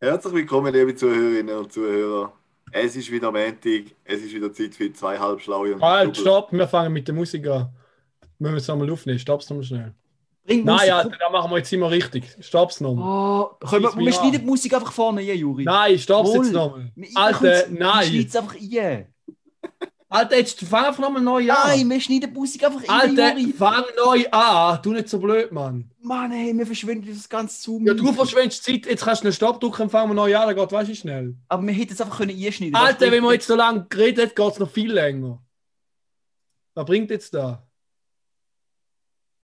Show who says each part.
Speaker 1: Herzlich willkommen, liebe Zuhörerinnen und Zuhörer. Es ist wieder Montag, es ist wieder Zeit für zwei halbschlaue und
Speaker 2: Halt,
Speaker 1: Double-
Speaker 2: stopp, wir fangen mit der Musik an. Müssen wir es nochmal aufnehmen, stopp's nochmal schnell.
Speaker 3: Bring
Speaker 2: Nein,
Speaker 3: Musik.
Speaker 2: ja, dann machen wir jetzt immer richtig. Stopp's nochmal.
Speaker 3: Oh, können wir,
Speaker 2: Schieß mich
Speaker 3: wir schneiden
Speaker 2: an.
Speaker 3: die Musik einfach vorne rein, Juri.
Speaker 2: Nein, stopp's
Speaker 3: Wohl.
Speaker 2: jetzt nochmal.
Speaker 3: Wir-
Speaker 2: Alter,
Speaker 3: wir- Wir schneiden
Speaker 2: nein.
Speaker 3: es einfach rein.
Speaker 2: Alter, jetzt fang einfach nochmal neu an.
Speaker 3: Nein, wir schneiden die Musik einfach rein,
Speaker 2: Alter,
Speaker 3: Juri.
Speaker 2: fang neu an. Du nicht so blöd, Mann.
Speaker 3: Mann, hey, wir verschwenden das ganze Zoom.
Speaker 2: Ja, du verschwendest Zeit, jetzt kannst du einen Stopp drücken und fangen wir neu an, dann geht weißt du schnell.
Speaker 3: Aber wir hätten es einfach können einschneiden
Speaker 2: Alter, wenn wir jetzt so lange geredet, geht es noch viel länger. Was bringt jetzt da?